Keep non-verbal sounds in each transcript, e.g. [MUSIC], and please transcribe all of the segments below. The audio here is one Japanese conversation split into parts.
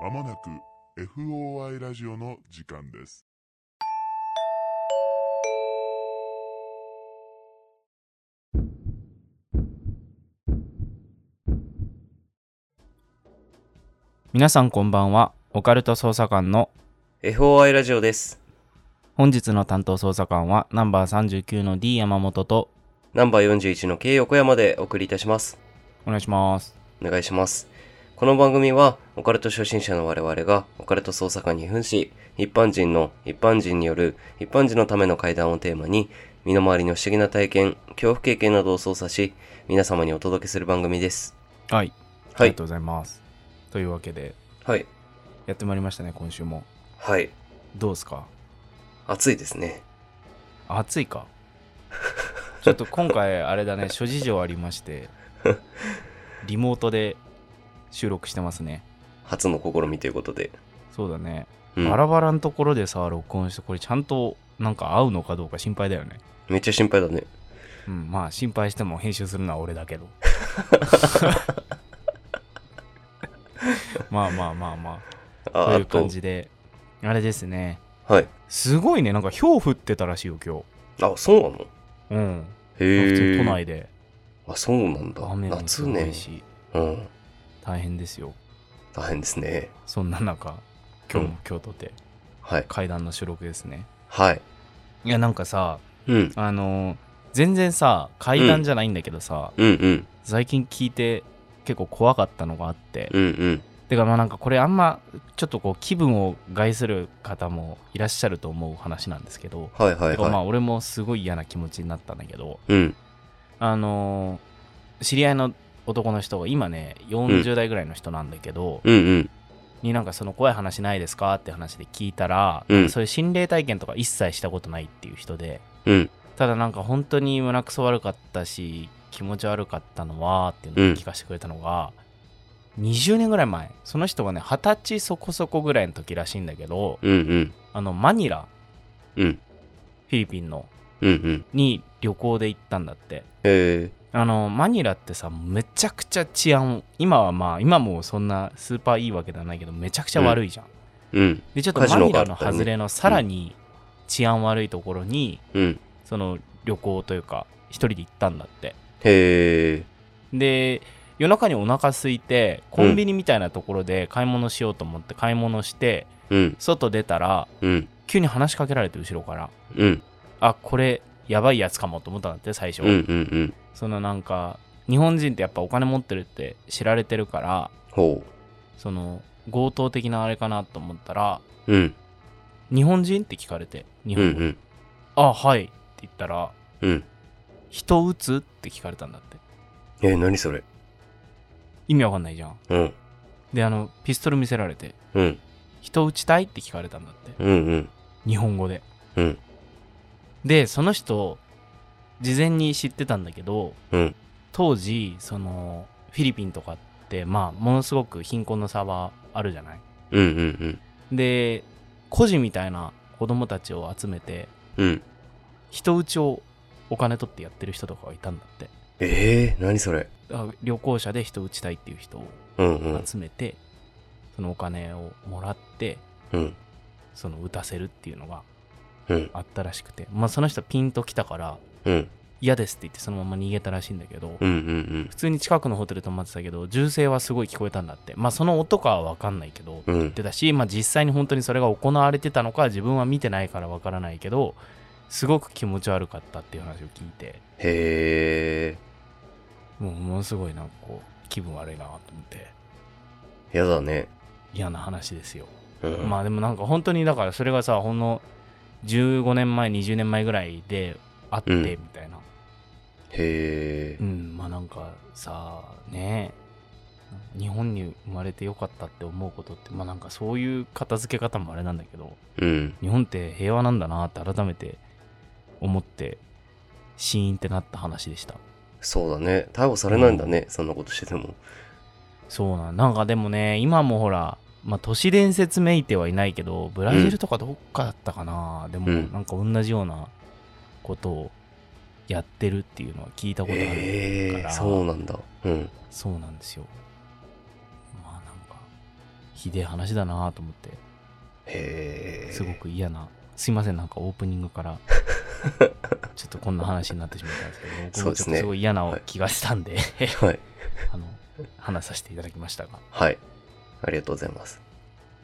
まもなく FOI ラジオの時間です。皆さんこんばんはオカルト捜査官の FOI ラジオです。本日の担当捜査官はナンバー39の D 山本とナンバー41の K 横山でお送りいたします。お願いしますお願いします。この番組は、オカルト初心者の我々が、オカルト捜査官に扮し、一般人の一般人による一般人のための会談をテーマに、身の回りの不思議な体験、恐怖経験などを操作し、皆様にお届けする番組です。はいあはりがいと。うございます、というわけではい。やってまいりましたね今週もはい。どうですか暑いですね。暑いかちょっと今回あれだね諸事情ありましてリモートで収録してますね初の試みということで。そうだね、うんバラバラのところでさ録音してこれちゃんとなんか合うのかどうか心配だよねめっちゃ心配だね。うんまあ心配しても編集するのは俺だけ [LAUGHS] どまあまあまあまああといあう感と、じであれですねはい。すごいねなんかひょう降ってたらしいよ今あ、そうなの日うん普通へにえ。都内であ、そうなんだ。雨もす夏ごねい。しうん。大変ですよ大変ですね。そんな中今日うもん今日とてはい。階段の収録ですねはい。いやなんかさうん。あのー全然さ階段じゃないんだけどさ、うんうん。最近聞いて結構怖かったのがあって、うんうん。てかまあなんかこれあんまちょっとこう気分を害する方もいらっしゃると思う話なんですけど、はいはいてかまあは俺もすごい嫌な気持ちになったんだけどい。うん。あのー知り合いの男の人が今ね40代ぐらいの人なんだけど、うんうん。になんかその怖い話ないですかって話で聞いたら、うんそういう心霊体験とか一切したことないっていう人でうん。ただなんか本当に胸くそ悪かったし気持ち悪かったのはっていうのを聞かせてくれたのが、20年ぐらい前その人がね二十歳そこそこぐらいの時らしいんだけどうんうん。あのマニラうん。フィリピンのうんうん。に旅行で行ったんだってえあのマニラってさめちゃくちゃ治安今はまあ今もそんなスーパーいいわけではないけどめちゃくちゃ悪いじゃん、え。うん。でちょっとカジマノニがあラったのりね外れのさらに治安悪いところにうん。その旅行というか一人で行ったんだってへえ。で夜中にお腹空いてコンビニみたいなところで買い物しようと思って買い物してうん外出たらうん。急に話しかけられて後ろからうん。あこれやばいやつかもと思ったんだって最初、うんうんうん。そのなんか日本人ってやっぱお金持ってるって知られてるからほその強盗的なあれかなと思ったらう。うん。日本人って聞かれて日うんう本語、ん。あはいって言ったらうん。人撃つって聞かれたんだってえ、何それ意味わかんないじゃんうん。であのピストル見せられてうん。人撃ちたいって聞かれたんだってうんうん。日本語でうん。でその人事前に知ってたんだけどうん。当時そのフィリピンとかってまあものすごく貧困の差はあるじゃないうんうんで孤児みたいな子供たちを集めてうん。うん。人打ちをお金取ってやってる人とかがいたんだってええ、何それだから旅行者で人打ちたいっていう人をうんうん。集めて、そのお金をもらってうん。その打たせるっていうのがうん。あったらしくてまあその人ピンときたからうん。嫌ですって言ってそのまま逃げたらしいんだけど、うんうん普通に近くのホテル泊まってたけど銃声はすごい聞こえたんだってまあその音かは分かんないけどうん。うん言っ。てたし、まあ、実際に本当にそれが行われてたのか自分は見てないからわからないけどすごく気持ち悪かったっていう話を聞いてへえ。もうものすごいなんかこう気分悪いなと思ってやだね。嫌な話ですよ、うん。まあでもなんか本当にだからそれがさほんの15年前20年前ぐらいであってうんみたいなへうえん、。まあなんかさね日本に生まれてよかったって思うことってまあなんかそういう片付け方もあれなんだけどうん。日本って平和なんだなって改めて思ってシーンってなった話でしたそうだね。逮捕されないんだね。そんなことしてても。そうなんなんかでもね今もほら、まあ、都市伝説めいてはいないけどブラジルとかどっかだったかな、でもうんなんか同じようなことをやってるっていうのは聞いたことあるから、ええそうなんだ。うん。そうなんですよまあなんかひでえ話だなと思ってへえ。すご。く嫌なすいませんなんかオープニングから [LAUGHS] ちょっとこんな話になってしまったんですけど僕そうもちでょっすとねすごい嫌な気がしたんで、 [LAUGHS] はい。 [LAUGHS] あの話させていただきましたがはい。ありがとうございます。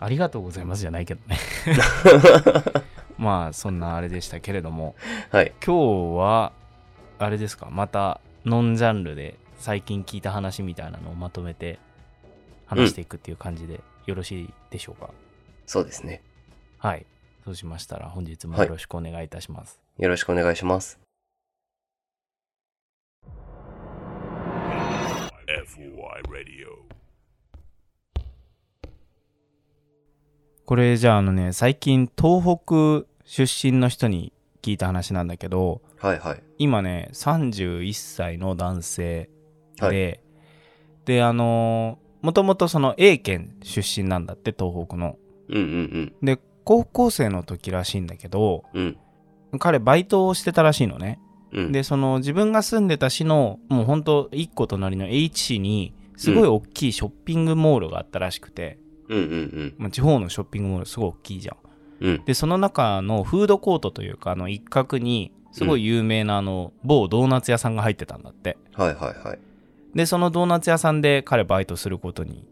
ありがとうございますじゃないけど [LAUGHS] ねまあそんなあれでしたけれどもはい。今日はあれですかまたノンジャンルで最近聞いた話みたいなのをまとめて話していくっていう感じでよろしいでしょうか、そうですね。はいそうしましたら本日もよろしくお願いいたします、よろしくお願いします。 FOI Radio これじゃああのね最近東北出身の人に聞いた話なんだけどはいはい。今ね31歳の男性で、はいであのもともとその A 県出身なんだって東北のうんうんで高校生の時らしいんだけどうん。うん。彼バイトをしてたらしいのね、うん。でその自分が住んでた市のもうほんと1個隣の H 市にすごい大きいショッピングモールがあったらしくて、うんうんまあ地方のショッピングモールすごい大きいじゃんうん。うん。でその中のフードコートというかあの一角にすごい有名なあの某ドーナツ屋さんが入ってたんだってはいはいはい。でそのドーナツ屋さんで彼バイトすることに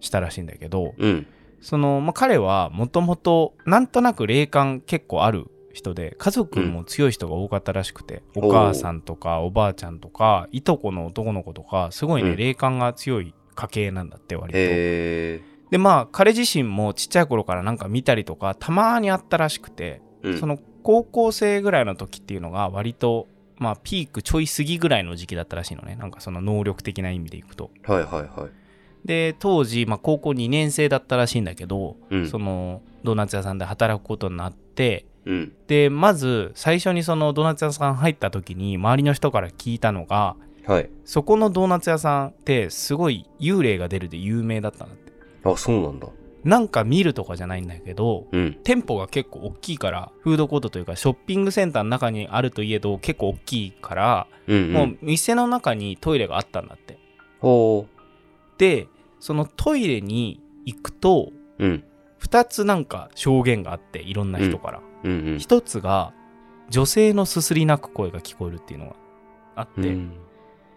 したらしいんだけどうん。その、まあ、彼はもともとなんとなく霊感結構ある人で家族も強い人が多かったらしくて、うんお母さんとかおばあちゃんとかいとこの男の子とかすごいね、うん霊感が強い家系なんだって割と、へえ。でまあ彼自身もちっちゃい頃からなんか見たりとかたまーにあったらしくて、うん。その高校生ぐらいの時っていうのが割と、まあ、ピークちょい過ぎぐらいの時期だったらしいのねなんかその能力的な意味でいくとはいはいはい。で当時、まあ、高校2年生だったらしいんだけど、うんそのドーナツ屋さんで働くことになってうん。でまず最初にそのドーナツ屋さん入った時に周りの人から聞いたのがはい。そこのドーナツ屋さんってすごい幽霊が出るで有名だったんだってあ、そうなんだ。なんか見るとかじゃないんだけどうん。店舗が結構大きいからフードコートというかショッピングセンターの中にあるといえど結構大きいから、うん、うもん。う店の中にトイレがあったんだってほでそのトイレに行くとう。うん。 2つなんか証言があっていろんな人から、うんうん。 1つが女性のすすり泣く声が聞こえるっていうのがあって、うん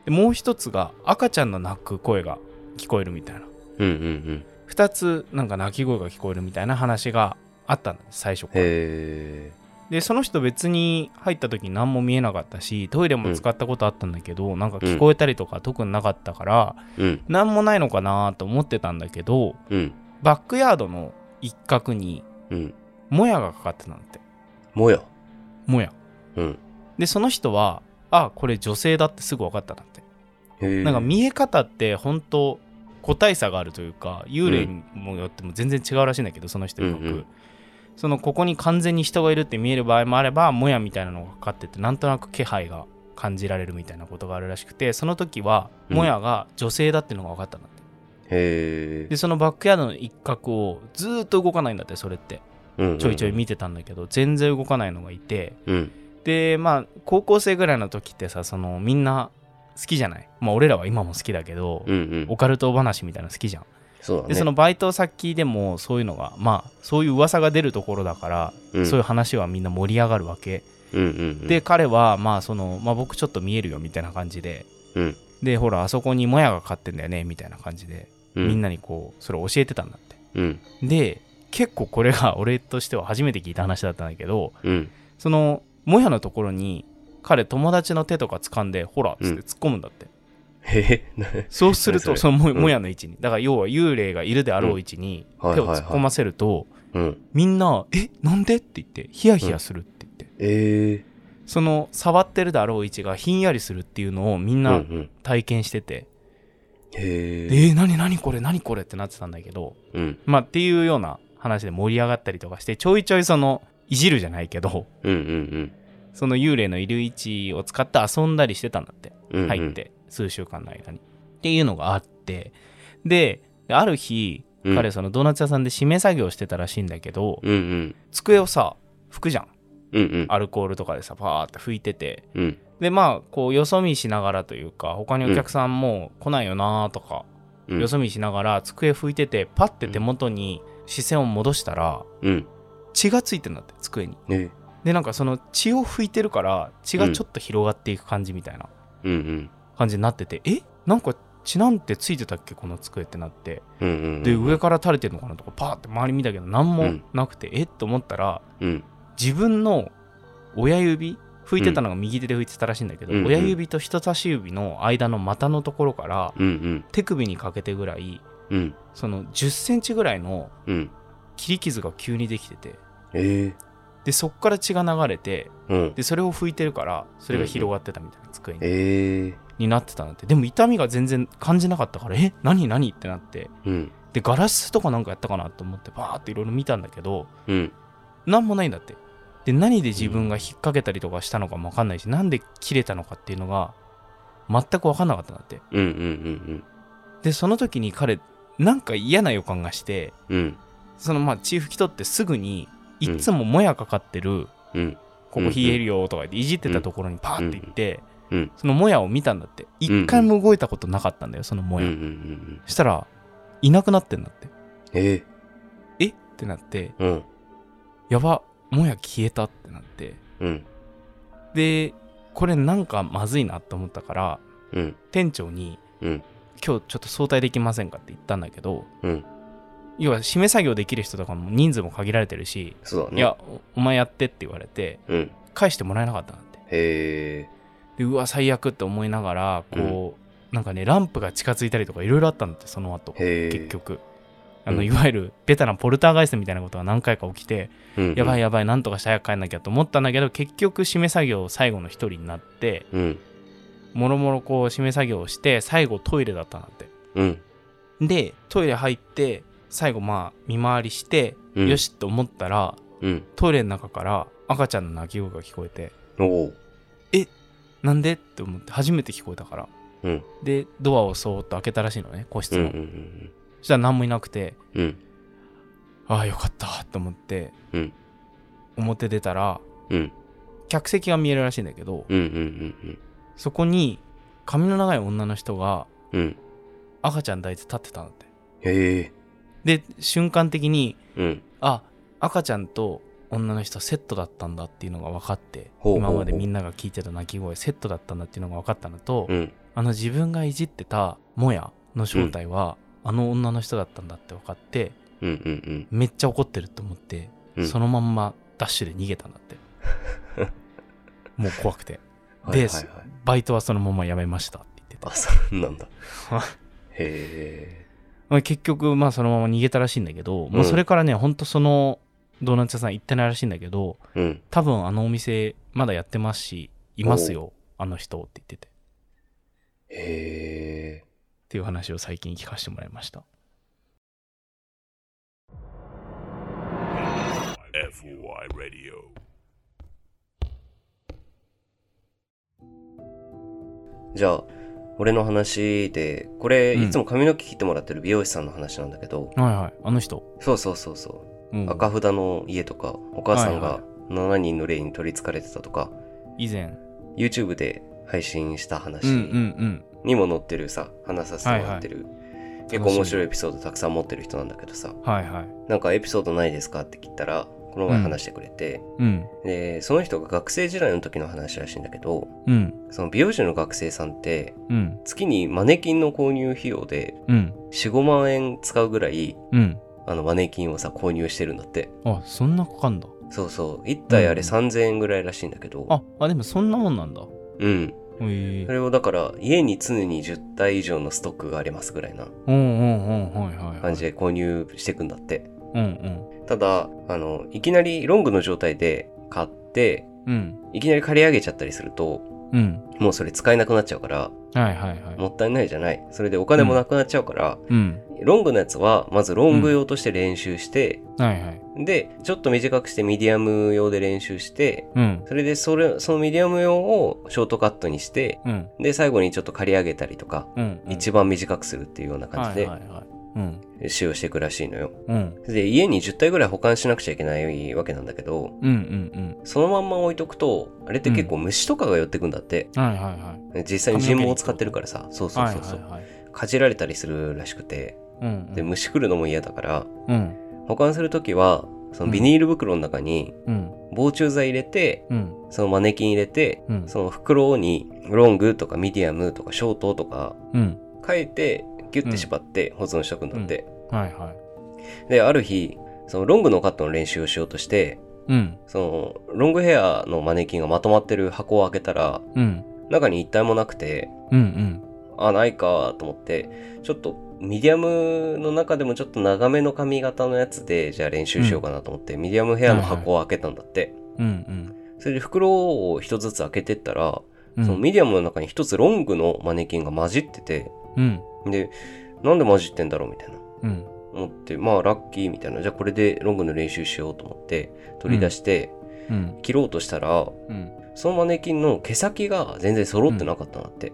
でもう1つが赤ちゃんの泣く声が聞こえるみたいなうんうん。 2つなんか泣き声が聞こえるみたいな話があったんだ最初からへえ。でその人別に入った時何も見えなかったしトイレも使ったことあったんだけど、なんか聞こえたりとか特になかったから、うん。何もないのかなと思ってたんだけどうん。バックヤードの一角にうん。もやがかかってたんだってもや。もやうん。でその人はあこれ女性だってすぐ分かったんだって、へえ。なんか見え方って本当個体差があるというか幽霊にもよっても全然違うらしいんだけどその人よく、うんうんそのここに完全に人がいるって見える場合もあればもやみたいなのがかかっててなんとなく気配が感じられるみたいなことがあるらしくてその時はうんもやが女性だっていうのが分かったんだって、へえで。そのバックヤードの一角をずーっと動かないんだってそれってうん。ちょいちょい見てたんだけど全然動かないのがいてうん。でまあ高校生ぐらいの時ってさそのみんな好きじゃないまあ俺らは今も好きだけど、うんうん。オカルト話みたいなの好きじゃんそうだね。でそのバイト先でもそういうのがまあそういう噂が出るところだから、うん、そういう話はみんな盛り上がるわけ、うんうんうん、で彼はまあその、まあ、僕ちょっと見えるよみたいな感じでうん、でほらあそこにもやがかかってんだよねみたいな感じで、うん、みんなにこうそれ教えてたんだってうん、で結構これが [LAUGHS] 俺としては初めて聞いた話だったんだけどうん、そのもやのところに彼友達の手とか掴んでほらっつって突っ込むんだって、へえ、そうすると何そそのもうんもやの位置にだから要は幽霊がいるであろう位置に手 [LAUGHS] うんはいをはいはい突っ込ませると、うん、みんな「えなんで?」って言ってヒヤヒヤするって言って、ええ、その触ってるであろう位置がひんやりするっていうのをみんうんう、なん体験してて「へええ、ー、何何これ何これ?」ってなってたんだけどうん、まあっていうような話で盛り上がったりとかしてちょいちょいそのいじるじゃないけど [LAUGHS] うんうんその幽霊のいる位置を使って遊んだりしてたんだってうん、うん、入っ、て数週間の間に。っていうのがあってでである日うん、彼、そのドーナツ屋さんで締め作業してたらしいんだけどうんうん、机をさ拭くじゃんうんうん、アルコールとかでさパーって拭いててうん、でまあこうよそ見しながらというか他にお客さんも来ないよなーとかうんよそ見しながら机拭いててパッて手元に視線を戻したらうん。血がついてるんだって机にね。でなんかその血を拭いてるから血がちょっと広がっていく感じみたいなうんうん。感じになってて、えなんか血なんてついてたっけこの机ってなってうんうん。で上から垂れてるのかなとかパーって周り見たけど何もなくて、えっと思ったらうん。自分の親指拭いてたのが右手で拭いてたらしいんだけど、うんうん親指と人差し指の間の股のところからうんうん。手首にかけてぐらいうん。その1 0ンチぐらいのうん。切り傷が急にできててえでそっから血が流れてえ。うん。でそれを拭いてるからそれが広がってたみたいな机に,、ええ。になってたのってでも痛みが全然感じなかったからえ何何ってなってうん。でガラスとかなんかやったかなと思ってバーっていろいろ見たんだけどうん。何もないんだってで何で自分が引っ掛けたりとかしたのかも分かんないし、なんで切れたのかっていうのが全く分かんなかったんだってうんうんでその時に彼なんか嫌な予感がしてうんうん。うん。そのまあ血拭き取ってすぐにいつももやかかってる、うん。ここ冷えるよとか言っていじってたところにパーって行って、うんうんそのもやを見たんだって一回も動いたことなかったんだよそのもうんうんうや、ん。したらいなくなってんだってええ。えってなってうん。やばもや消えたってなってうん。でこれなんかまずいなと思ったからうん。店長にうん。 「今日ちょっと早退できませんか?」って言ったんだけどうん。要は締め作業できる人とかも人数も限られてるし「そうだね。いやおお前やって」って言われてうん。返してもらえなかったんだってへえ。でうわ最悪って思いながらこう、なんかねランプが近づいたりとかいろいろあったんだってその後へえ。結局あの、うんいわゆるベタなポルターガイストみたいなことが何回か起きて、うん。やばいややばいなんとかして早く帰んなきゃと思ったんだけど結局締め作業最後の一人になってうん。もろもろこう締め作業をして最後トイレだったんだってうん。でトイレ入って最後まあ見回りして、うんよしと思ったらうん。トイレの中から赤ちゃんの泣き声が聞こえておお。なんでって思って初めて聞こえたからうん。でドアをそーっと開けたらしいのね個室うんの、うんそしたら何もいなくてうん。うん。ああよかったと思って、うん表出たらうん。客席が見えるらしいんだけど、うんうんうんそこに髪の長い女の人がうん。うん。赤ちゃん抱いて立ってたんだってへえ。で瞬間的にうん。あ赤ちゃんと女の人セットだったんだっていうのが分かってほうほうほう今までみんなが聞いてた泣き声セットだったんだっていうのが分かったのと、うん。あの自分がいじってたモヤの正体は、あの女の人だったんだって分かってうんうんめっちゃ怒ってると思って、うん。その、のまんまダッシュで逃げたんだって [LAUGHS] もう怖くてはいではいはいバイトはそのまま辞めましたって言ってたあ、そうなん [LAUGHS] だ。へまあ結局まあそのまま逃げたらしいんだけど、もううんそれからねほんとそのドーナツ屋さん行ってないらしいんだけどえ。うん。多分あのお店まだやってますしいますよあの人って言っててっへえ。ていう話を最近聞かせてもらいました FOI Radio じゃあ、俺の話で、これ、うんいつも髪の毛切ってもらってる美容師さんの話なんだけど、はいはいあの人、そうそうそうそう。うん赤札の家とか、お母さんはがい7人の霊に取り憑かれてたとか、以前 YouTube で配信したうんう話んにも載ってるさ、話させてもらってる、うん結構面白いエピソードたくさん持ってる人なんだけどさ、はいはいなんかエピソードないですかって聞いたら、この前話してくれて、うんで、その人が学生時代の時の話らしいんだけど、うんその美容師の学生さんって、うん月にマネキンの購入費用でうん4、5万円使うぐらい、うんあのマネキンをさ、購入してるんだって。あそんなかかんだそうそう。1体あれうん3000円ぐらいらしいんだけど、ああでもそんなもんなんだうん。へえそれをだから、家に常に10体以上のストックがありますぐらいなうんうんうんはいはいはい感じで購入していくんだって。うんただ、あの、いきなりロングの状態で買って、うんうんいきなり借り上げちゃったりすると、うんもうそれ使えなくなっちゃうから、はいはいはいもったいないじゃない。それでお金もなくなっちゃうから、うんロングのやつは、まずロング用として練習して、はいはいで、ちょっと短くしてミディアム用で練習して、うんそれでそれ、そのミディアム用をショートカットにして、うんで、最後にちょっと刈り上げたりとか、うんうん一番短くするっていうような感じではいはいはいうん使用していくらしいのよ。うんで、家に10体ぐらい保管しなくちゃいけないわけなんだけど、うんうんそのまんま置いとくと、あれって結構虫とかが寄ってくんだって。うんはいはいはい実際に人毛を使ってるからさ、そうそうはいそうはそう。いはいかじられたりするらしくて、うんで、虫来るのも嫌だから、うん保管するときは、そのビニール袋の中にうん防虫剤入れて、うんそのマネキン入れて、うんその袋にロングとかミディアムとかショートとかうん変えて、ギュッて縛って保存しとくんだって。はいはいで、ある日、そのロングのカットの練習をしようとして、うんそのロングヘアのマネキンがまとまってる箱を開けたら、うん中に一体もなくて、うんあ、ないかと思って、ちょっとミディアムの中でもちょっと長めの髪型のやつで、じゃあ練習しようかなと思って、ミディアムヘアの箱を開けたんだって。うんうんそれで袋を一つずつ開けてったら、うんそのミディアムの中に一つロングのマネキンが混じってて、うんで、なんで混じってんだろうみたいな。うん思って、まあラッキーみたいな。じゃあこれでロングの練習しようと思って、取り出して、うん切ろうとしたら、うんそのマネキンの毛先が全然揃ってなかったなって。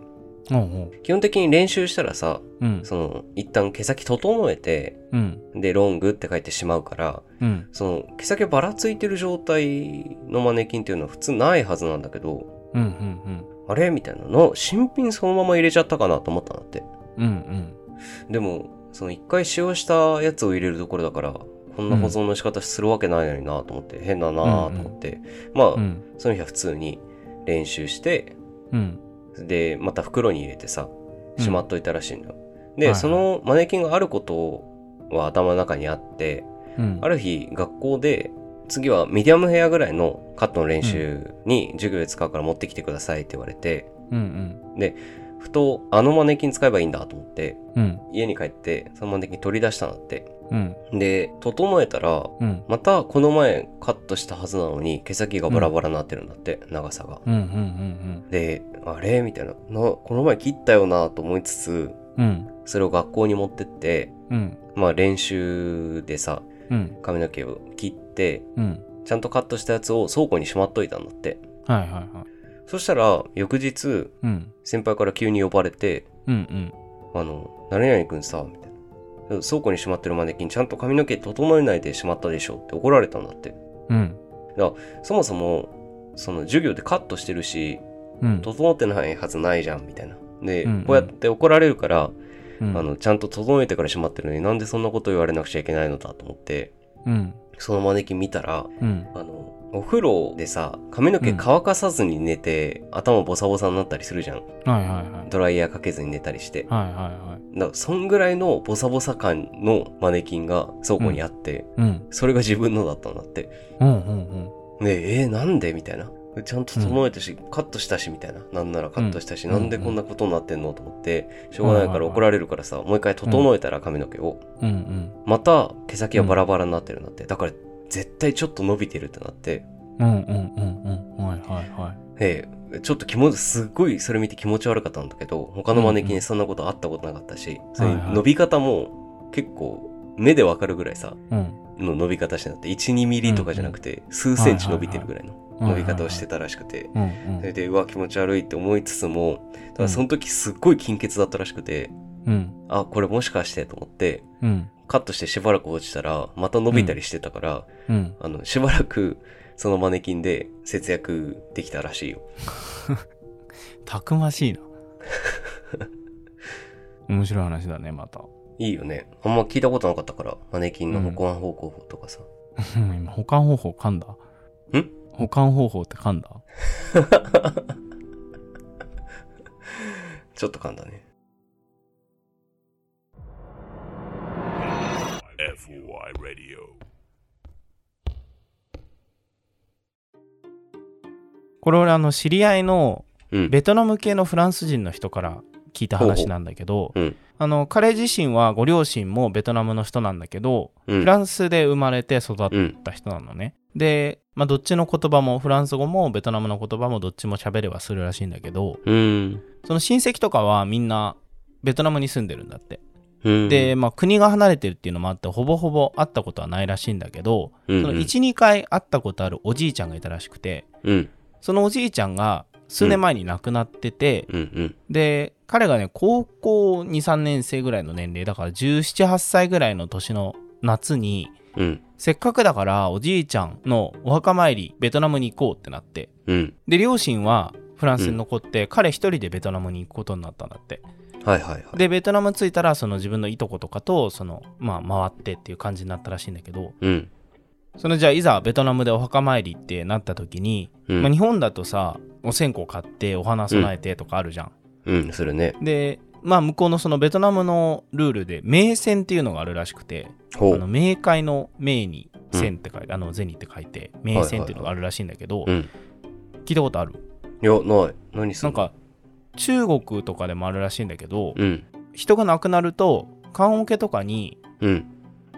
おうおう基本的に練習したらさ、うんその、一旦毛先整えて、うんで、ロングって書いてしまうから、うんその、毛先がばらついてる状態のマネキンっていうのは普通ないはずなんだけど、うんうんあれみたいなの、新品そのまま入れちゃったかなと思ったんだって。うんうんでも、その一回使用したやつを入れるところだから、こんな保存の仕方するわけないのになと思って、変だなと思って、まあ、うんその日は普通に練習して、うんで、また袋に入れてさ、うんしまっといたらしいのよ。はいで、はいそのマネキンがあることは頭の中にあって、うんある日学校で、次はミディアムヘアぐらいのカットの練習に授業で使うから持ってきてくださいって言われて、うんふとあのマネキン使えばいいんだと思って、うんうん家に帰ってそのマネキン取り出したんだって。うんで、整えたら、うんまたこの前カットしたはずなのに毛先がバラバラになってるんだって、長さが。うんうんうんで、あれみたいななこの前切ったよなと思いつつ、うんうんそれを学校に持ってって、うんまあ練習でさ、うん髪の毛を切って、うんちゃんとカットしたやつを倉庫にしまっといたんだって。はいはいはいそしたら、翌日、うん先輩から急に呼ばれて、うんあの、何々くんさ、みたいな。倉庫にしまってるマネキン、ちゃんと髪の毛整えないでしまったでしょって怒られたんだって。うんうんそもそも、その授業でカットしてるし、うん整ってないはずないじゃん、みたいな。で、うんうんこうやって怒られるから、うんあの、ちゃんと整えてからしまってるのになんでそんなこと言われなくちゃいけないのだと思って、うんそのマネキン見たら、うんあの、お風呂でさ、髪の毛乾かさずに寝て、頭ボサボサになったりするじゃん。はいはいはいドライヤーかけずに寝たりして。はいはいはいだから、そんぐらいのボサボサ感のマネキンが倉庫にあって、うんそれが自分のだったんだって。うんうんうんねえ、えーなんでみたいな。ちゃんと整えたし、カットしたし、みたいな。なんならカットしたし、うんなんでこんなことになってんのと思って、しょうがないから怒られるからさ、もう一回整えたら髪の毛を。うんうんまた、毛先がバラバラになってるんだって。だから、絶対ちょっと伸びてるってなって、うんうんうんうんはいはいはいええ、ちょっと気持ち、すっごいそれ見て気持ち悪かったんだけど、他のマネキンにそんなことあったことなかったし、それに伸び方も結構目でわかるぐらいさ、うんの伸び方してなって、1、2ミリとかじゃなくて、数センチ伸びてるぐらいの伸び方をしてたらしくて、うんそれで、うわ、気持ち悪いって思いつつも、ただその時すっごい金欠だったらしくて、うんうんあ、これもしかしてと思って、うんカットしてしばらく落ちたら、また伸びたりしてたから、うんあの、しばらく、そのマネキンで節約できたらしいよ。たくま [LAUGHS] しいな面白い話だねまた [LAUGHS] いいよね。あんま聞いたことなかったから、マネキンの保管方法とかさ。今保管方法噛んだん保管方法って噛んだちょっと噛んだね。 FOI Radio これ俺あの知り合いのうん。ベトナム系のフランス人の人から聞いた話なんだけど、ほうほううんあの彼自身はご両親もベトナムの人なんだけど、うんフランスで生まれて育っうん。た人なのね。で、まあ、どっちの言葉もフランス語もベトナムの言葉もどっちも喋ればするらしいんだけどうん。その親戚とかはみんなベトナムに住んでるんだって。うん、で、まあ、国が離れてるっていうのもあってほぼほぼ会ったことはないらしいんだけどうんそうん、の12回会ったことあるおじいちゃんがいたらしくてうん。そのおじいちゃんが数年前に亡くなってて、うん。うん。で彼がね高校23年生ぐらいの年齢だから1718歳ぐらいの年の夏にうん。せっかくだからおじいちゃんのお墓参りベトナムに行こうってなってうん。で両親はフランスに残って、彼一人でベトナムに行くことになったんだってはいはいはい。でベトナム着いたらその自分のいとことかとその、まあ、回ってっていう感じになったらしいんだけどうん。そのじゃあいざベトナムでお墓参りってなった時に、うん。まあ、日本だとさお線香買ってお花備えてとかあるじゃん。うん、するね。でまあ向こうのそのベトナムのルールで銘銭っていうのがあるらしくてあほのう。冥界の銘に銭って書いて、あの銭って書いて銘銭っていうのがあるらしいんだけど、うん。聞いたことあるいや、ない。何すなんんのか中国とかでもあるらしいんだけど、うん。人が亡くなると棺桶とかにうん。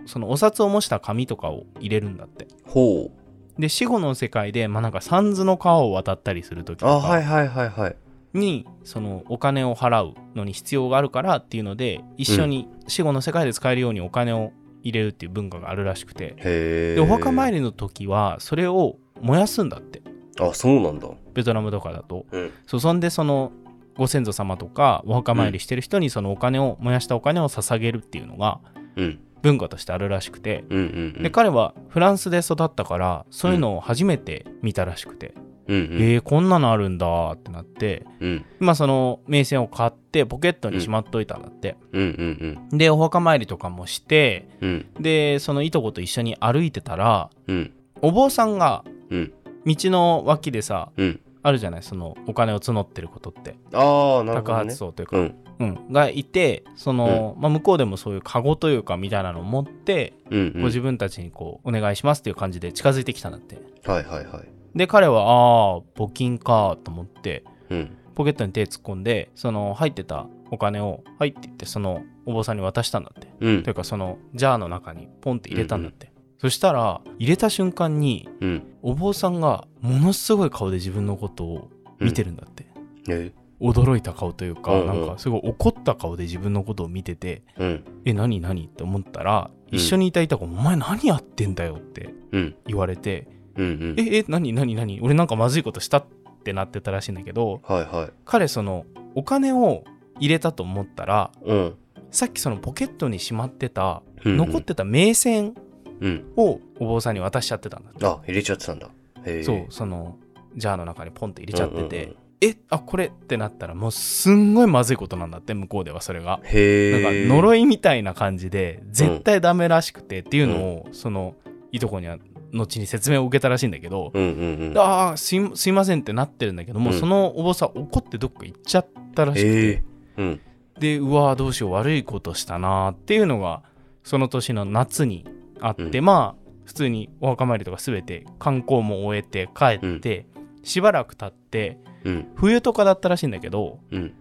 そのお札を模した紙とかを入れるんだってほう。で死後の世界でまあなんか三途の川を渡ったりする時とあ、はいかはいはいはい。にそのお金を払うのに必要があるからっていうので一緒に死後の世界で使えるようにお金を入れるっていう文化があるらしくてへえ。でお墓参り。りの時はそれを燃やすんだってあ、そうなんだ。ベトナムとかだとうん。そうそんでそのご先祖様とかお墓参りしてる人にそのお金を燃やしたお金を捧げるっていうのがうん。文化としてあるらしくて、うんうんうん。で彼はフランスで育ったからそういうのを初めて見たらしくて、うんうん。えー、こんなのあるんだってなってうん。今その名線を買ってポケットにしまっといたんだって、うんうんでお墓参りとかもしてうん。うん。でそのいとこと一緒に歩いてたらうん。お坊さんがうん。道の脇でさうん。あるじゃないそのお金を募ってることってああ、なるほ高ど発ね。層というか、うん。うん、がいてその、まあ、向こうでもそういうカゴというかみたいなのを持って、うんうごん。自分たちにこうお願いしますっていう感じで近づいてきたんだってはいはいはい。で彼はああ募金かと思ってうん。ポケットに手突っ込んでその入ってたお金を「はい」って言ってそのお坊さんに渡したんだってうんとい。うかそのジャーの中にポンって入れたんだって、そしたら入れた瞬間にうん。お坊さんがものすごい顔で自分のことを見てるんだって、え驚いた顔というか、うんうんなんかすごい怒った顔で自分のことを見ててうん。 「え何何?」って思ったらうん一緒にいたいた子「お前何やってんだよ」ってうん。言われてうんう「ん。ええ何何何俺なんかまずいことした?」ってなってたらしいんだけどはいはい。彼そのお金を入れたと思ったらうん。さっきそのポケットにしまってたうん残ってた名線うん。をお坊さんに渡しちゃってたんだって、あ、入れちゃってたんだ。へえ。そうそのジャーの中にポンって入れちゃってて、うんうんうん。えあこれってなったらもうすんごいまずいことなんだって向こうではそれがへなんえ。か呪いみたいな感じで絶対ダメらしくてっていうのをそのいとこには後に説明を受けたらしいんだけど、うんうんうん。ああすいすいませんってなってるんだけども、うんそのお坊さん怒ってどっか行っちゃったらしくへえて、。うん。でうわーどうしよう悪いことしたなーっていうのがその年の夏にあって、うまあ普通にお墓参りとか全て観光も終えて帰って、しばらく経ってうん。冬とかだったらしいんだけどうん。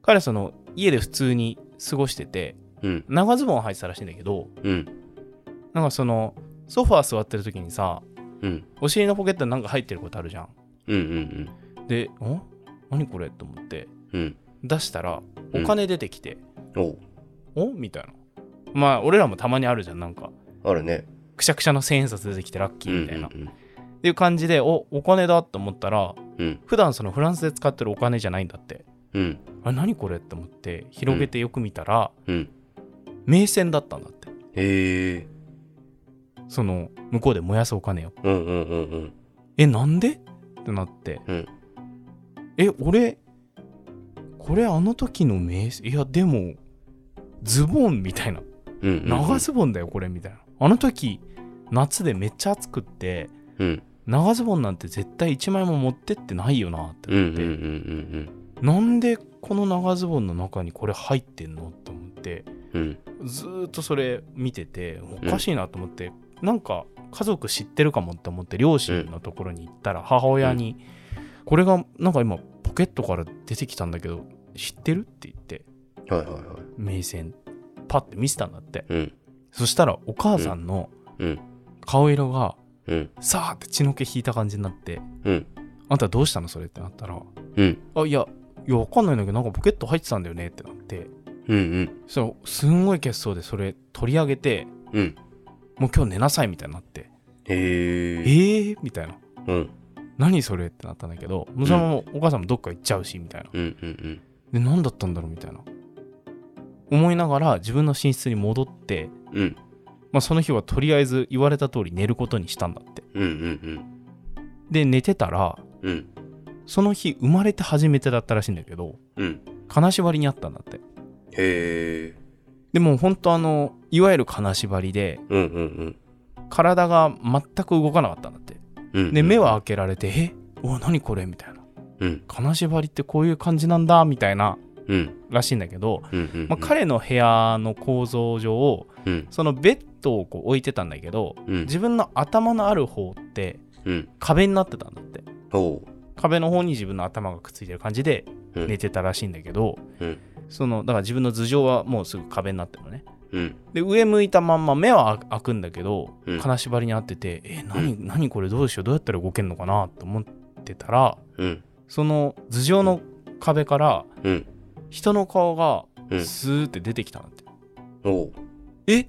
彼その家で普通に過ごしててうん。長ズボンを履いてたらしいんだけどうん。なんかそのソファー座ってる時にさうん。お尻のポケットになんか入ってることあるじゃんうんうんで「ん何これ?」と思ってうん。うん。出したらうんお金出てきておう「おみたいなまあ俺らもたまにあるじゃんなんかあるね。くしゃくしゃの千円札出てきてラッキーみたいな、うんうんっていう感じでおお金だと思ったらうん。普段そのフランスで使ってるお金じゃないんだってうん。あれ何これって思って広げてよく見たら、うん。名線だったんだってへえ。その向こうで燃やすお金をうんうんうんうん。えなんでってなって、うんえ俺これあの時の名刺いやでもズボンみたいなうんうん。長ズボンだよこれみたいな、あの時夏でめっちゃ暑くってうん。長ズボンなんて絶対1枚も持ってってないよなってうんう思んっうんて、うんうんなんでこの長ズボンの中にこれ入ってんのと思ってうん。うん。ずーっとそれ見てておかしいなと思って、なんか家族知ってるかもって思って両親のところに行ったら母親に、これがなんか今ポケットから出てきたんだけど知ってるって言ってはいはいはい。名線パッて見せたんだってうん。そしたらお母さんのうん。顔色がうん。さーって血の気引いた感じになってうん。あんたどうしたのそれってなったらうん。あいやいやわかんないんだけどなんかポケット入ってたんだよねってなってうんうん。そうすんごい血相でそれ取り上げてうん。もう今日寝なさいみたいになってへええ。ー、みたいなうん。何それってなったんだけどもうそのままお母さんもどっか行っちゃうしみたいなうんうんで何だったんだろうみたいな思いながら自分の寝室に戻って、うん。うん。まあ、その日はとりあえず言われた通り寝ることにしたんだってうんうんで寝てたらうん。うん。その日生まれて初めてだったらしいんだけどうん。金縛りにあったんだってへえ。でも本当あのいわゆる金縛りでうんうん体が全く動かなかったんだってうん。うんで目は開けられて「えお何これ?」みたいなうん「金縛りってこういう感じなんだ」みたいなうんらしいんだけど、うんうん。まあ、彼の部屋の構造上うんそのベッドをこう置いてたんだけどうん自分の頭のある方ってうん。壁になってたんだってほ壁の方に自分の頭がくっついてる感じでう。うん寝。てたらしいんだけど、うんそのだから自分の頭上はもうすぐ壁になってるのねうんで上向いたまんま目は開くんだけど、うん金縛りにあっててえ何何これどうしようどうやったら動けるのかなと思ってたらうんその頭上の壁からうん人の顔がうん。スーって出てきたんだって、ほえ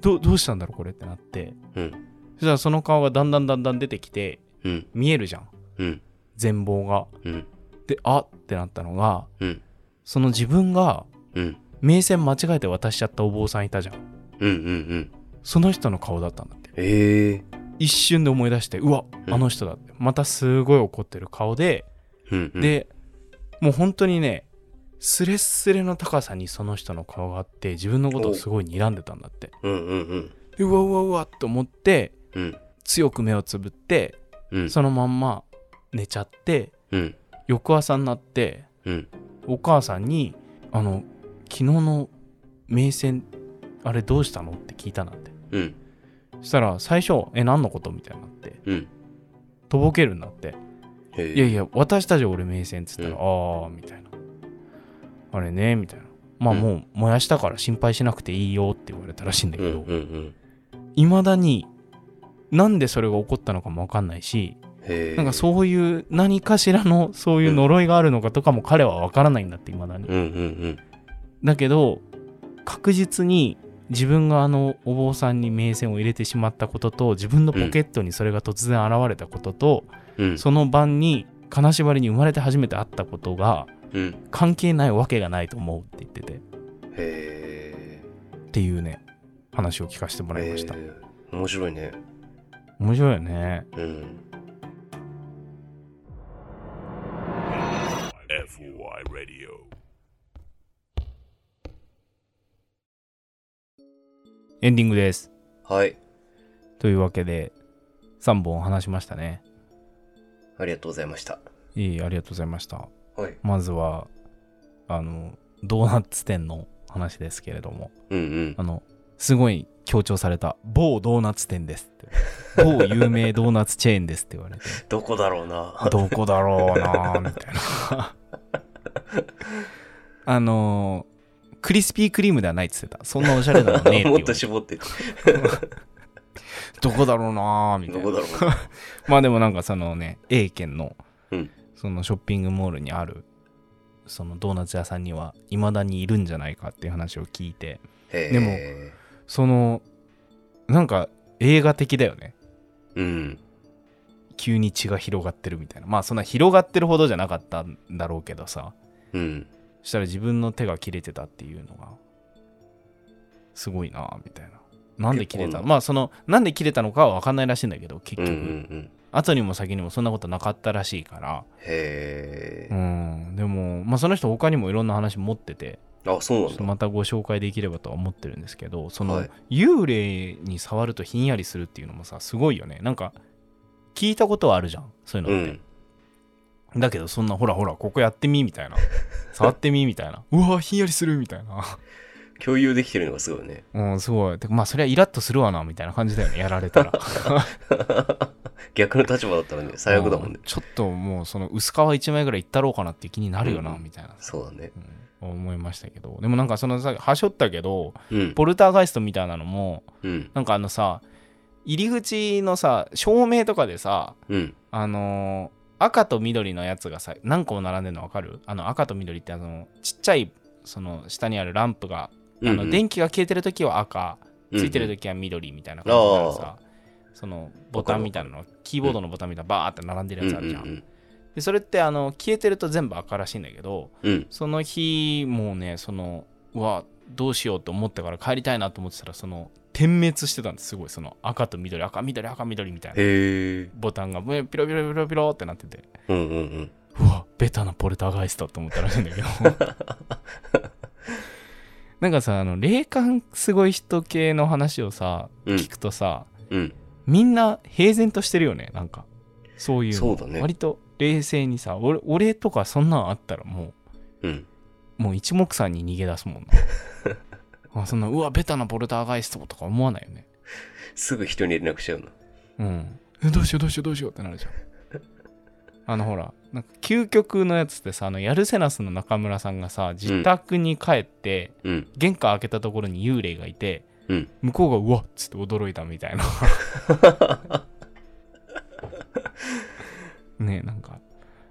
どどうしたんだろうこれってなってう。うんそしたらその顔がだんだんだんだん出てきてうん見えるじゃんうん全貌がうんであってなったのがうんその自分がうん名線間違えて渡しちゃったお坊さんいたじゃんうんうん。その人の顔だったんだってへえ。一瞬で思い出してうわうんあの人だってまたすごい怒ってる顔で、うんうん。でもう本当にねスレッスレの高さにその人の顔があって自分のことをすごい睨んでたんだってうんうんうんでうわうわうわっと思ってうん強く目をつぶってうんそのまんま寝ちゃってうん翌朝になってうんお母さんに「あの昨日の名線あれどうしたの?」って聞いたなんてうんそしたら最初「え何のこと?」みたいになってうん。とぼけるんだってへ「え。いやいや私たち俺名線」っつったら「うんああ」みたいな「あれね」みたいな「まあうんもう燃やしたから心配しなくていいよ」って言われたらしいんだうんけうんどうん。いまだになんでそれが起こったのかも分かんないしへえ。なんかそういう何かしらのそういう呪いがあるのかとかも彼は分からないんだっていまだにう。んうんだけど確実に自分があのお坊さんに名線を入れてしまったことと自分のポケットにそれが突然現れたことと、うん。うん。その晩に金縛りに生まれて初めて会ったことがうん。関係ないわけがないと思うって言っててっへえ。ていうね話を聞かせてもらいました、へえ面白いね。面白いよねうん。 FOI Radio エンディングですはい。というわけで3本話しましたねありがとうございました。いいありがとうございましたはい。まずはあのドーナツ店の話ですけれどもうんうんあ。の、すごい強調された、某ドーナツ店ですって。某有名ドーナツチェーンですって言われて、どこだろうな。どこだろうなぁみたいな。あのークリスピークリームではないって言ってた。そんなおしゃれなのねえって [LAUGHS] 言わもっれてと絞って。どこだろうなぁみたどいこな。だろうな。まあでもなんかそのね、A 県のうん、そのショッピングモールにある、そのドーナツ屋さんには未だにいるんじゃないかっていう話を聞いて、へえ。でもその、なんか映画的だよね。うん。急に血が広がってるみたいなまあそんな広がってるほどじゃなかったんだろうけどさうん。そしたら自分の手が切れてたっていうのがすごいなみたいななんで切れ結た構なまあそのなんで切れたのかは分かんないらしいんだけど結うんう局、んうん。後にも先にもそんなことなかったらしいからへうえ。んでもまあその人他にもいろんな話持っててあ、そちょっうなんとだ。またご紹介できればとは思ってるんですけどその、はい幽霊に触るとひんやりするっていうのもさすごいよねなんか聞いたことはあるじゃんそういううのって、ん。だけどそんなほらほらここやってみみたい [LAUGHS] な触ってみみたいなうわひんやりするみたいな [LAUGHS] 共有できてるのがすごいね。うんすごいてかまあそりゃイラッとするわなみたいな感じだよねやられた [LAUGHS] ら逆の立場だったらね、最悪だもんねう。ちょっともうその薄皮一枚ぐらいいったろうかなっていう気になるよな、うんみたいな、そうだね。うん思いましたけどでもなんかそのさはしょったけどうん。ポルターガイストみたいなのもうん。なんかあのさ入り口のさ照明とかでさうん。あのー赤と緑のやつがさ何個も並んでるの分かるあの赤と緑ってあのちっちゃいその下にあるランプがあの電気が消えてる時は赤、ついてる時。時は緑みたいな感じだからさ、そのボタンみたいなの、キーボードのボタンみたいなバーって並んでるうんやつあうんうるじゃん。ん。でそれってあの消えてると全部赤らしいんだけど、うん。その日もうね、そのうわどうしようと思ってから帰りたいなと思ってたら、その点滅してたんです、すごいその赤と緑、赤緑、赤緑みたいなへえ。ボタンがブエピロピロピロピロってなってて、うんうんうん。 [LAUGHS] うわベタなポルターガイストって思ったらしいんだけど。なんかさあの霊感すごい人系の話をさうん聞くとさ、うんみんな平然としてるよねなんかそういうのそうだね割と冷静にさ俺俺とかそんなんあったらもうんうもう一目散に逃げ出すもんなあそんなうわベタなボルターガイストとか思わないよねすぐ人に連絡しちゃうのうんえどうしようどうしようどうしようってなるじゃんあのほらなんか究極のやつってさあのヤルセナスの中村さんがさ自宅に帰って、うん玄関開けたところに幽霊がいて、うん向こうがうわっつって驚いたみたいなねえなんか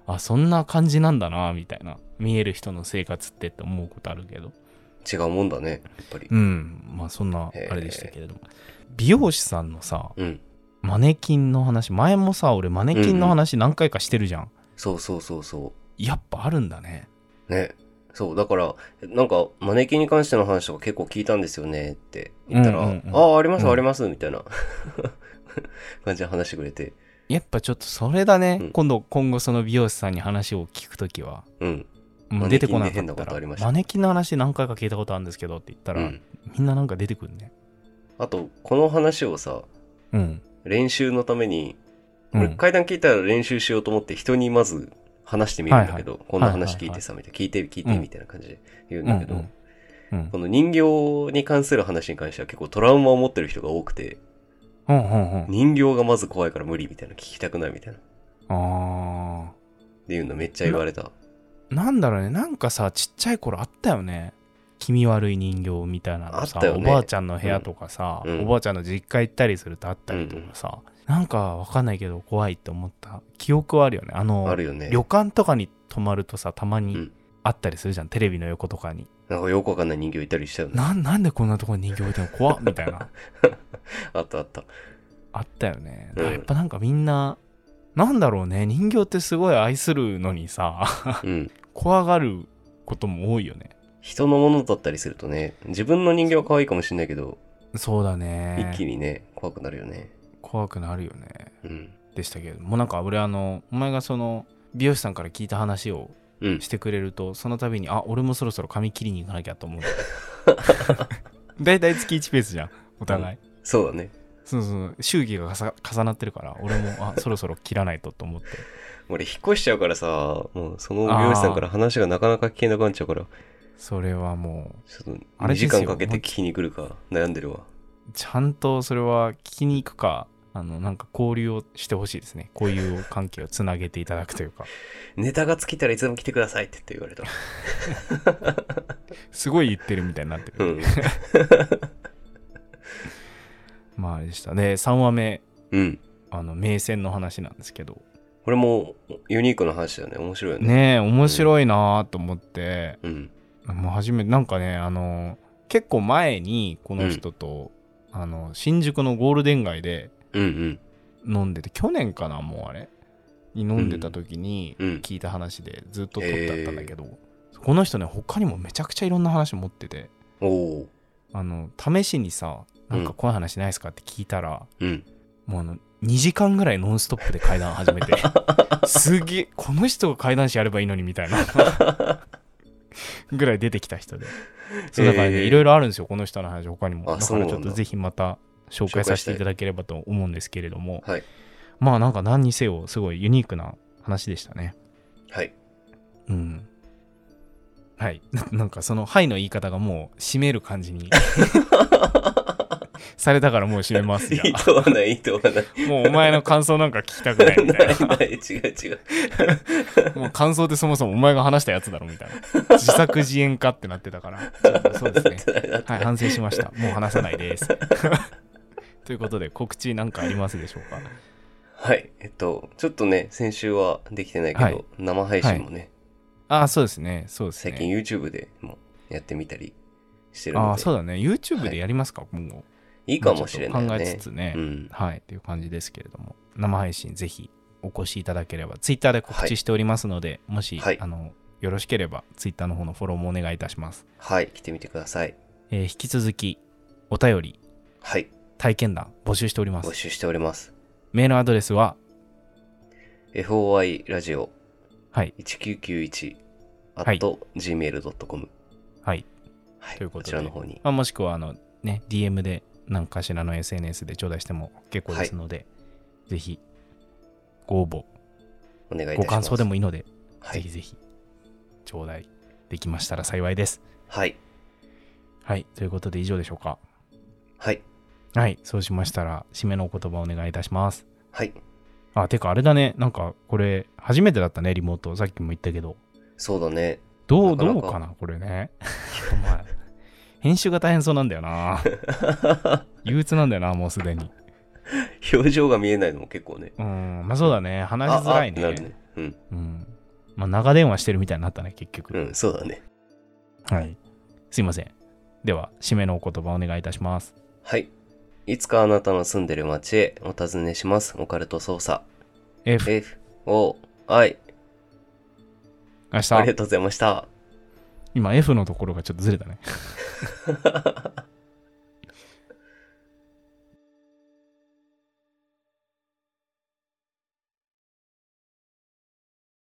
あそんな感じなんだなみたいな見える人の生活ってって思うことあるけど違うもんだねやっぱりうんまあそんなへえあれでしたけれども美容師さんのさうんマネキンの話前もさ俺マネキンの話何回かしてるじゃん、そうそうそうそやっぱあるんだねうねそうだからなんかマネキンに関しての話とか結構聞いたんですよねって言ったら、うんうんうんああありますうんありますみたいな [LAUGHS] 感じで話してくれてやっぱちょっとそれだね、うん今度今後その美容師さんに話を聞くときはうんもう出てこなかマネキンで変なっこたらとありましたマネキンの話何回か聞いたことあるんですけどって言ったうら、んみんななんか出てくるねあとこの話をさうん、練習のためにう俺ん階段聞いたら練習しようと思って人にまず話してみるんだけど、こんな話聞いてさ、みたいな、聞いて聞いてうんみたいな感じで言うんだけど、うんうんこの人形に関する話に関しては結構トラウマを持ってる人が多くて、うんうんうん人形がまず怖いから無理みたいな、聞きたくないみたいな、っあていうのめっちゃ言われた。ーなんだろうねなんかさちっちゃい頃あったよね気味悪い人形みたいなのさ、あったよおねばあちゃんの部屋とかさ、うんうんおばあちゃんの実家行ったりするとあったりとかさ、なんかわかんないけど怖いって思った記憶はあるよねあのあるよね。旅館とかに泊まるとさたまうにんあったりするじゃん、テレビの横とかになんかよくわかんない人形いたりしたよね。ななんでこんなとこに人形置いてんの怖っみたい [LAUGHS] なあったあった。あったよねうんやっぱなんかみんななんだろうね人形ってすごい愛するのにさうん。怖がることも多いよね人のものだったりするとね、自分の人形は可愛いかもしれないけど、そうだ一気ねにね、怖くなるよね。怖くなるよねうん。でしたけれどもうなんか俺あのお前がその美容師さんから聞いた話をうんし。てくれるとその度にあ俺もそろそろ髪切りに行かなきゃ [LAUGHS] と思うだいたい月1ペースじゃんお互い、そうだね。そうそう祝儀が重重なってるから俺もあそろそろ切らないとと思って俺引っ越しちゃうからさ、もうその美容師さんから話がなかなか聞けなくなっちゃうから、それはもうちょっとあ2れです時よ間かけて聞きに来るか悩んでるわ。ちゃんとそれは聞きに行くか、あの、なんか交流をしてほしいですね。交友関係をつなげていただくというか。ネタが尽きたらいつでも来てくださいって言って言われた。すごい言ってるみたいになってうる。ん。まあ、あれでしたね。3話目、うん。あの、名戦の話なんですけど。これもユニークな話だよね。面白いよね。ねえ、面白いなぁと思って、うん。もう初めて、なんかね、あの、結構前にこの人と、あの、新宿のゴールデン街でうんうん。飲んでて、去年かな、もうあれ。に飲んでた時にうんうん聞いた話でずっと撮ってあったんだけど、この人ね、他にもめちゃくちゃいろんな話持ってて、おお。あの試しにさなんか怖い話ないですかって聞いたら、うん。もうあの2時間ぐらいノンストップで階段始め [LAUGHS] てすげえこの人が階段師やればいいのにみたいなぐらい出てきた人でそうだからへねえいろいろあるんですよこの人の話他にもあだそかうならんだちょっとぜひまた紹介させていただければと思うんですけれどもはい。まあなんか何にせよすごいユニークな話でしたねはい。うんはい [LAUGHS] なんかその「はい」の言い方がもう締める感じ [LAUGHS] にされたからもう締め [LAUGHS] ますいじゃあいとはない、いい [LAUGHS] とはない。もうお前の感想なんか聞きたくないみたい [LAUGHS] ない、ない、違う違う。な。もう感想ってそもそもお前が話したやつだろみたいな。自作自演かってなってたから。ちょっとそうですね。はい、反省しました。もう話さない [LAUGHS] です。ということで、告知なんかありますでしょうかはい。えっと、ちょっとね、先週はできてないけど、はい生配信もね、ああ、そうですね。そうですね。最近 YouTube でもやってみたりしてるあのあ、でそう、だね。YouTube はでいやりますか、今後。いいかもしれないよね。考えつつね。うん。はい、という感じですけれども、生配信ぜひお越しいただければ、ツイッターで告知しておりますので、もし、はいあの、よろしければ、ツイッターの方のフォローもお願いいたします。はい、来てみてください。えー引き続きお便りはい、体験談募集しておりま募す集しております。メールアドレスは FOI ラジオはい1991はい at gmail.com。はいはい、というこことちでらの方に。まあ、もしくはあの、ね、DM で何かしらの SNS で頂戴しても結構ですので、ぜひご応募お願いいたしまごす。感想でもいいので、はぜひい。ぜひ頂戴できましたら幸いです。はい。はいということで以上でしょうか。はい。はいそうしましたら締めのお言葉をお願いいたします。はい。あてかあれだねなんかこれ初めてだったねリモートさっきも言ったけどそうだね。どうなかなかどうかなこれね。お前編集が大変そうなんだよ [LAUGHS] な憂鬱なんだよなもうすでに。表情が見えないのも結構ね。うんまあそうだね話しづらいああね。ってなるね。うん。うんまあ長電話してるみたいになったね結局。うん、そうだね。はい。すいません。では、締めのお言葉お願いいたします。はい。いつかあなたの住んでる街へお尋ねします。オカルト捜査。 F、 F、O、I。明ありが日、とうございました。今 F のところがちょっとずれたね。